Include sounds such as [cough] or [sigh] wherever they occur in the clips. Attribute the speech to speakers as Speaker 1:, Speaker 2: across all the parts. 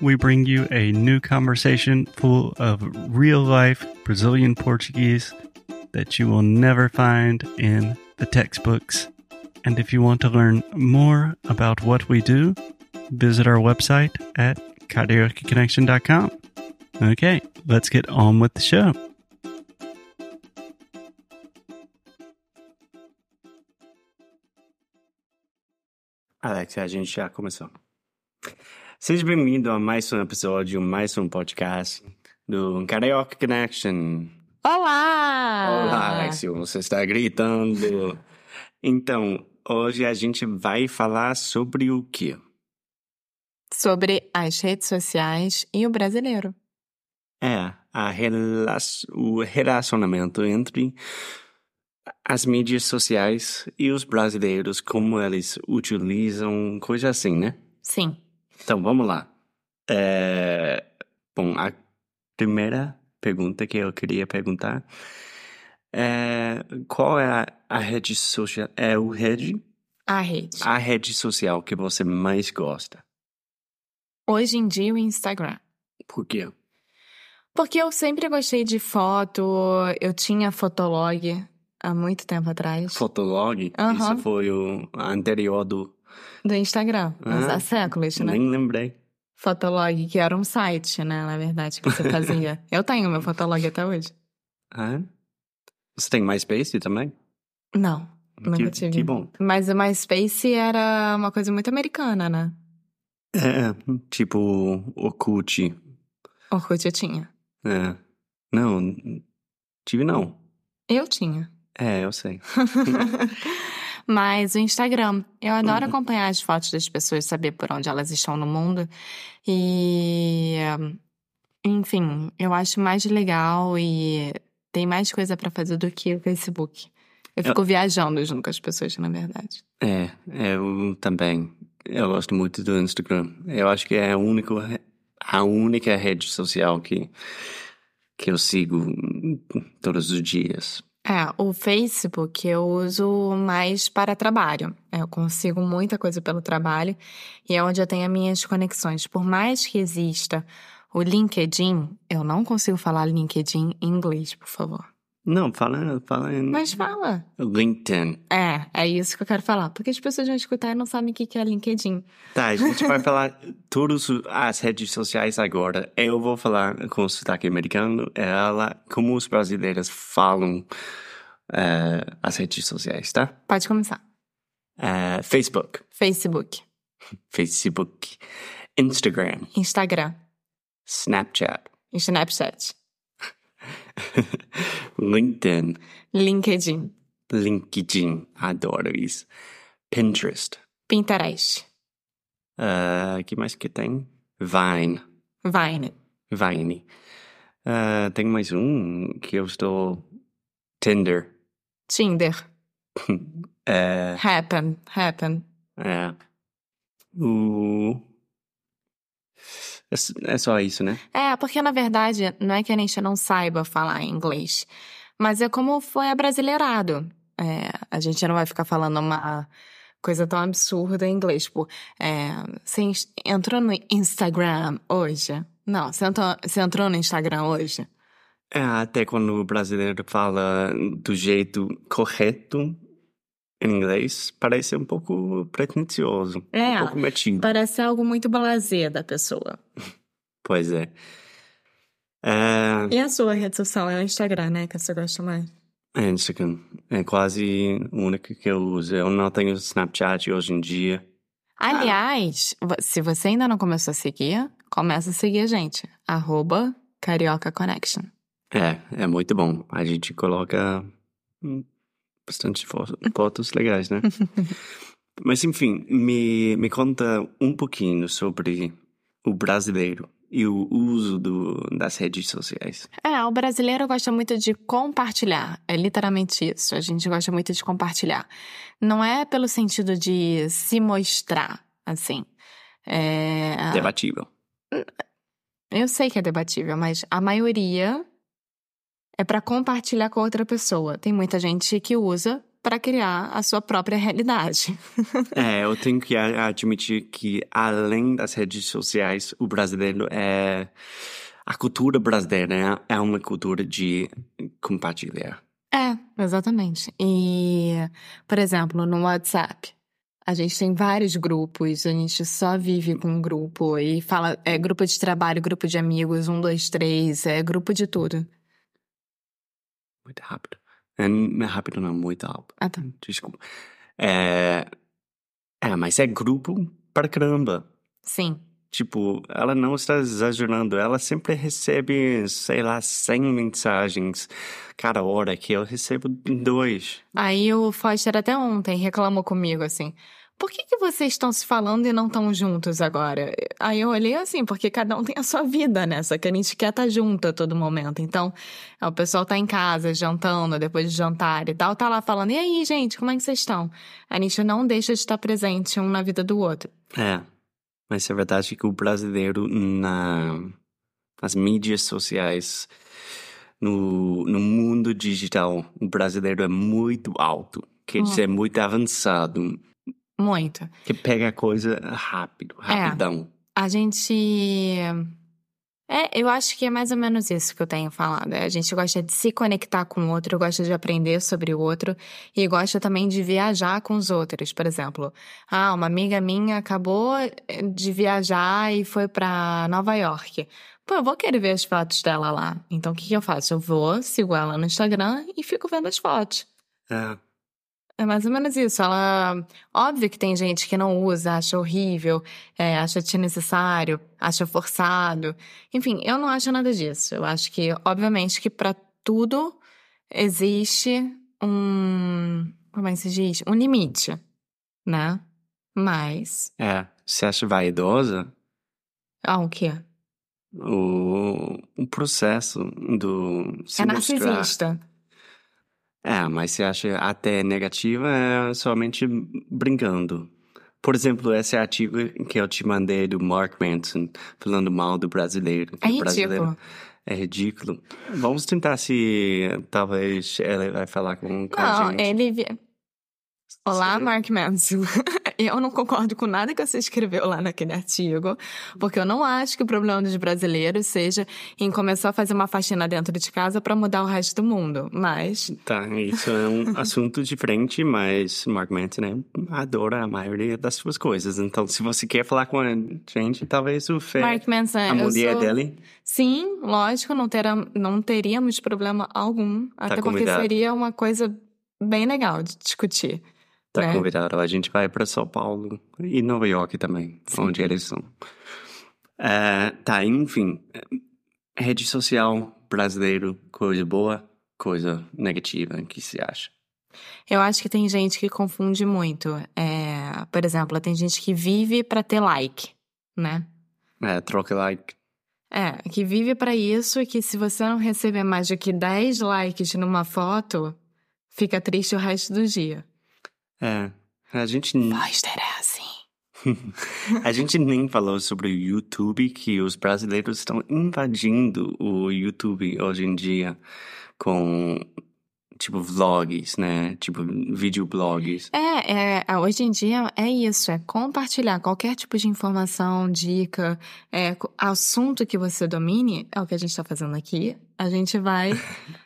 Speaker 1: we bring you a new conversation full of real life Brazilian Portuguese that you will never find in the textbooks. And if you want to learn more about what we do, visit our website at cariocaconnection.com. Okay, let's get on with the show.
Speaker 2: Alex, a gente já começou. Seja bem-vindo a mais um episódio, mais um podcast do Carioca Connection.
Speaker 3: Olá!
Speaker 2: Olá, Alex, você está gritando. Então, hoje a gente vai falar sobre o quê?
Speaker 3: Sobre as redes sociais e o brasileiro.
Speaker 2: É, a rela o relacionamento entre as mídias sociais e os brasileiros, como eles utilizam, coisa assim, né?
Speaker 3: Sim.
Speaker 2: Então, vamos lá. É, Bom, a primeira pergunta que eu queria perguntar é qual é a, a rede social, é o rede,
Speaker 3: A rede.
Speaker 2: a rede social que você mais gosta?
Speaker 3: Hoje em dia, o Instagram.
Speaker 2: Por quê?
Speaker 3: Porque eu sempre gostei de foto, eu tinha Fotolog há muito tempo atrás.
Speaker 2: Fotolog,
Speaker 3: Aham.
Speaker 2: isso foi o anterior do...
Speaker 3: Do Instagram, mas
Speaker 2: Ah,
Speaker 3: há séculos, né?
Speaker 2: Nem lembrei.
Speaker 3: Fotolog, que era um site, né? Na verdade, que você fazia. eu tenho meu Fotolog até hoje.
Speaker 2: Ah, Você tem MySpace também?
Speaker 3: Não, nunca
Speaker 2: que,
Speaker 3: tive.
Speaker 2: Que bom.
Speaker 3: Mas o MySpace era uma coisa muito americana, né?
Speaker 2: É, tipo Orkut.
Speaker 3: Orkut eu tinha.
Speaker 2: É. Não, tive não.
Speaker 3: Eu tinha.
Speaker 2: É, eu sei.
Speaker 3: Mas o Instagram. Eu adoro
Speaker 2: Uhum.
Speaker 3: acompanhar as fotos das pessoas, saber por onde elas estão no mundo. E. eh, Enfim, eu acho mais legal e tem mais coisa pra fazer do que o Facebook. Eu fico viajando junto com as pessoas, na verdade.
Speaker 2: É, eu também. Eu gosto muito do Instagram. Eu acho que é a única, a única rede social que, que eu sigo todos os dias.
Speaker 3: É, o Facebook eu uso mais para trabalho. Eu consigo muita coisa pelo trabalho e é onde eu tenho as minhas conexões. Por mais que exista o LinkedIn, eu não consigo falar LinkedIn em inglês, por favor.
Speaker 2: Não, fala, fala em
Speaker 3: Mas fala.
Speaker 2: LinkedIn.
Speaker 3: É, é isso que eu quero falar. Porque as pessoas vão escutar e não sabem o que que é LinkedIn.
Speaker 2: Tá, a gente vai falar todas as redes sociais agora. Eu vou falar com sotaque americano. Ela, como os brasileiros falam eh, as redes sociais, tá?
Speaker 3: Pode começar.
Speaker 2: Eh, Facebook,
Speaker 3: Facebook,
Speaker 2: Facebook, Instagram,
Speaker 3: Instagram,
Speaker 2: Snapchat,
Speaker 3: Snapchat,
Speaker 2: LinkedIn,
Speaker 3: LinkedIn,
Speaker 2: LinkedIn, adoro isso. Pinterest,
Speaker 3: Pinterest,
Speaker 2: eh, que mais que tem? Vine,
Speaker 3: Vine,
Speaker 2: Vine. Eh, tem mais um que eu estou... Tinder.
Speaker 3: Tinder,
Speaker 2: Eh,
Speaker 3: Happen, Happen.
Speaker 2: É. O... É s- É só isso, né?
Speaker 3: É, porque na verdade, não é que a gente não saiba falar inglês, mas é como foi abrasileirado. É, a gente não vai ficar falando uma coisa tão absurda em inglês, tipo, é, você ins- entrou no Instagram hoje? Não, você entrou, você entrou no Instagram hoje?
Speaker 2: É até quando o brasileiro fala do jeito correto em inglês, parece um pouco pretensioso, um
Speaker 3: É,
Speaker 2: pouco metido.
Speaker 3: parece algo muito blasé da pessoa.
Speaker 2: Pois é. É,
Speaker 3: E a sua rede social é o Instagram, né, que você gosta mais?
Speaker 2: é Instagram. É quase a única que eu uso. Eu não tenho Snapchat hoje em dia.
Speaker 3: Aliás, vo- se você ainda não começou a seguir, começa a seguir a gente, arroba Carioca Connection.
Speaker 2: É, é muito bom. A gente coloca hum, bastante fo- fotos legais, né? Mas enfim, me, me conta um pouquinho sobre o brasileiro e o uso do, das redes sociais.
Speaker 3: É, o brasileiro gosta muito de compartilhar. É literalmente isso. A gente gosta muito de compartilhar. Não é pelo sentido de se mostrar, assim. É...
Speaker 2: Debatível.
Speaker 3: Eu sei que é debatível, mas a maioria é para compartilhar com outra pessoa. Tem muita gente que usa para criar a sua própria realidade.
Speaker 2: é, eu tenho que admitir que além das redes sociais, o brasileiro é a cultura brasileira é uma cultura de compartilhar.
Speaker 3: É, exatamente. E, por exemplo, no WhatsApp, a gente tem vários grupos, a gente só vive com um grupo e fala é grupo de trabalho, grupo de amigos, um, dois, três, é grupo de tudo.
Speaker 2: Muito rápido. Não é rápido, não, muito alto.
Speaker 3: Ah, tá.
Speaker 2: Desculpa. É... é, mas é grupo para caramba.
Speaker 3: Sim.
Speaker 2: Tipo, ela não está exagerando, ela sempre recebe, sei lá, 100 mensagens cada hora que eu recebo dois.
Speaker 3: Aí o Foster até ontem reclamou comigo assim. Por que, que vocês estão se falando e não estão juntos agora? Aí eu olhei assim, porque cada um tem a sua vida, né? Só que a gente quer estar junto a todo momento. Então, o pessoal tá em casa, jantando, depois de jantar e tal, tá lá falando, e aí, gente, como é que vocês estão? A gente não deixa de estar presente um na vida do outro.
Speaker 2: É. Mas é verdade que o brasileiro na, nas mídias sociais, no, no mundo digital, o brasileiro é muito alto,
Speaker 3: Hum.
Speaker 2: quer dizer, é muito avançado,
Speaker 3: Muito.
Speaker 2: que pega a coisa rápido,
Speaker 3: É.
Speaker 2: rapidão.
Speaker 3: A gente. É, eu acho que é mais ou menos isso que eu tenho falado. A gente gosta de se conectar com o outro, gosta de aprender sobre o outro e gosta também de viajar com os outros. Por exemplo, ah, uma amiga minha acabou eh, de viajar e foi pra Nova York. Pô, eu vou querer ver as fotos dela lá. Então o que, que eu faço? Eu vou, sigo ela no Instagram e fico vendo as fotos.
Speaker 2: É.
Speaker 3: É mais ou menos isso. Ela. Óbvio que tem gente que não usa, acha horrível, é, acha desnecessário, acha forçado. Enfim, eu não acho nada disso. Eu acho que, obviamente, que para tudo existe um. Como é que se diz? Um limite, né? Mas.
Speaker 2: É. Você acha vaidosa?
Speaker 3: Ah, o quê?
Speaker 2: O, o processo do. se
Speaker 3: é
Speaker 2: mostrar-
Speaker 3: narcisista.
Speaker 2: É, mas você acha até negativa é somente brincando. Por exemplo, essa é a ativa que eu te mandei do Mark Manson, falando mal do brasileiro. que
Speaker 3: É
Speaker 2: o brasileiro
Speaker 3: ridículo.
Speaker 2: É ridículo. Vamos tentar se talvez ela vai falar com, é com a
Speaker 3: Não,
Speaker 2: gente.
Speaker 3: ele. vi- Olá,
Speaker 2: Sério?
Speaker 3: Mark Manson. [laughs] Eu não concordo com nada que você escreveu lá naquele artigo, porque eu não acho que o problema dos brasileiros seja em começar a fazer uma faxina dentro de casa pra mudar o resto do mundo. Mas,
Speaker 2: Tá, isso é um [laughs] assunto diferente, mas Mark Manson né, adora a maioria das suas coisas. Então, se você quer falar com a gente, talvez o Fê,
Speaker 3: Mark Manson,
Speaker 2: a
Speaker 3: eu
Speaker 2: mulher
Speaker 3: sou...
Speaker 2: dele,
Speaker 3: Sim, lógico, não, terá, não teríamos problema algum. até porque
Speaker 2: Tá convidado.
Speaker 3: seria uma coisa bem legal de discutir.
Speaker 2: Tá
Speaker 3: né?
Speaker 2: convidado. A gente vai para São Paulo e Nova York também,
Speaker 3: Sim.
Speaker 2: onde eles são. É, tá, enfim. Rede social brasileiro, coisa boa, coisa negativa, o que se acha?
Speaker 3: Eu acho que tem gente que confunde muito. É, por exemplo, tem gente que vive pra ter like, né?
Speaker 2: É, troca like.
Speaker 3: É, que vive pra isso e que se você não receber mais do que 10 likes numa foto, fica triste o resto do dia.
Speaker 2: É, a gente,
Speaker 3: Foster é assim.
Speaker 2: a gente nem falou sobre o YouTube, que os brasileiros estão invadindo o YouTube hoje em dia com, tipo, vlogs, né? Tipo, videoblogs.
Speaker 3: É, é, hoje em dia é isso, é compartilhar qualquer tipo de informação, dica, é, co- assunto que você domine, é o que a gente tá fazendo aqui. A gente vai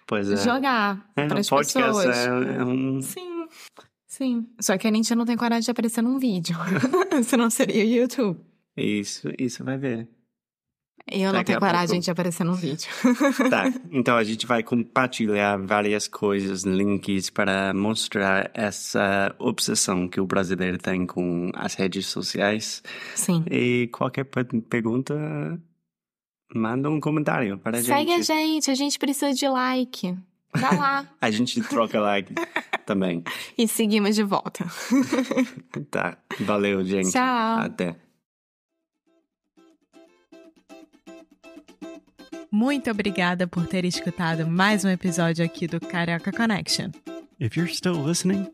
Speaker 2: Pois [laughs] é.
Speaker 3: jogar
Speaker 2: É,
Speaker 3: pras
Speaker 2: podcast
Speaker 3: pessoas.
Speaker 2: é- é um
Speaker 3: Sim. Sim. Só que a gente não tem coragem de aparecer num vídeo. [laughs] Senão seria o YouTube.
Speaker 2: Isso, isso
Speaker 3: [laughs]
Speaker 2: vai ver.
Speaker 3: E eu
Speaker 2: Daqui
Speaker 3: não tenho
Speaker 2: a
Speaker 3: coragem
Speaker 2: pouco.
Speaker 3: de aparecer num vídeo.
Speaker 2: Tá, então a gente vai compartilhar várias coisas, links para mostrar essa obsessão que o brasileiro tem com as redes sociais.
Speaker 3: Sim.
Speaker 2: E qualquer per- pergunta, manda um comentário para a
Speaker 3: Segue a
Speaker 2: gente.
Speaker 3: gente, a gente precisa de like. Dá lá.
Speaker 2: A gente troca like também.
Speaker 3: [laughs] e seguimos de volta.
Speaker 2: Tá, valeu, gente.
Speaker 3: Tchau.
Speaker 2: Até.
Speaker 3: Muito obrigada por ter escutado mais um episódio aqui do Carioca Connection.
Speaker 1: If you're still listening,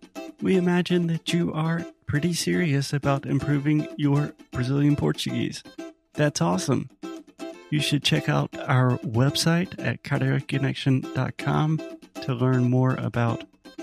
Speaker 1: we imagine that you are pretty serious about improving your Brazilian Portuguese. That's awesome. You should check out our website at cariocaconnection.com to learn more about